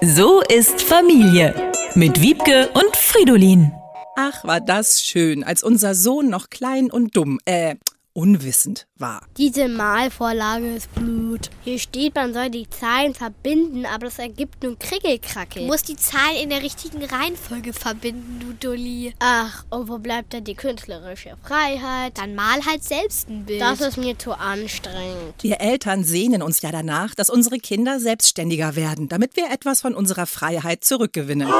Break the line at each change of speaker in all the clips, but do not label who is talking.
So ist Familie mit Wiebke und Fridolin.
Ach, war das schön, als unser Sohn noch klein und dumm, äh, unwissend war.
Diese Malvorlage ist Blut.
Hier steht, man soll die Zahlen verbinden, aber das ergibt nun Krickelkrackel.
Du musst die Zahlen in der richtigen Reihenfolge verbinden, du Dulli.
Ach, und wo bleibt dann die künstlerische Freiheit?
Dann mal halt selbst ein Bild.
Das ist mir zu anstrengend.
Wir Eltern sehnen uns ja danach, dass unsere Kinder selbstständiger werden, damit wir etwas von unserer Freiheit zurückgewinnen.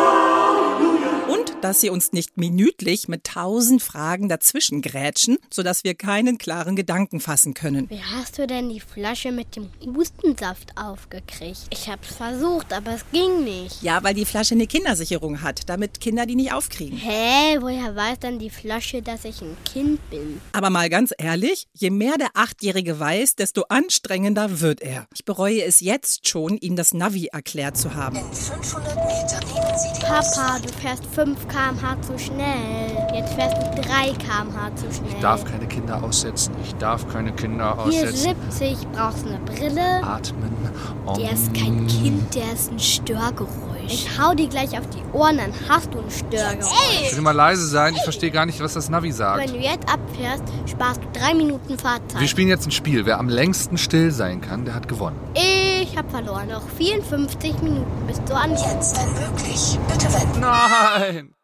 Und dass sie uns nicht minütlich mit tausend Fragen dazwischen grätschen, sodass wir keinen klaren Gedanken fassen können.
Wie hast du denn die Flasche mit dem Hustensaft aufgekriegt? Ich hab's versucht, aber es ging nicht.
Ja, weil die Flasche eine Kindersicherung hat, damit Kinder die nicht aufkriegen.
Hä, woher weiß dann die Flasche, dass ich ein Kind bin?
Aber mal ganz ehrlich, je mehr der Achtjährige weiß, desto anstrengender wird er. Ich bereue es jetzt schon, ihm das Navi erklärt zu haben.
Papa, du fährst 5 km/h zu schnell. Jetzt fährst du 3 km/h zu schnell.
Ich darf keine Kinder aussetzen. Ich darf keine Kinder
Hier
aussetzen.
70, brauchst eine Brille.
Atmen. Um. Om.
Der ist kein Kind, der ist ein Störgeräusch.
Ich hau dir gleich auf die Ohren, dann hast du einen Störgeräusch.
Ich will mal leise sein. Ich verstehe gar nicht, was das Navi
Wenn
sagt.
du jetzt abfährst, sparst du 3 Minuten
Wir
Fahrzeit.
spielen jetzt ein Spiel. Wer am längsten still sein kann, der hat gewonnen.
Ich hab verloren. Noch 54 Minuten bis zur Ankunft.
Nein!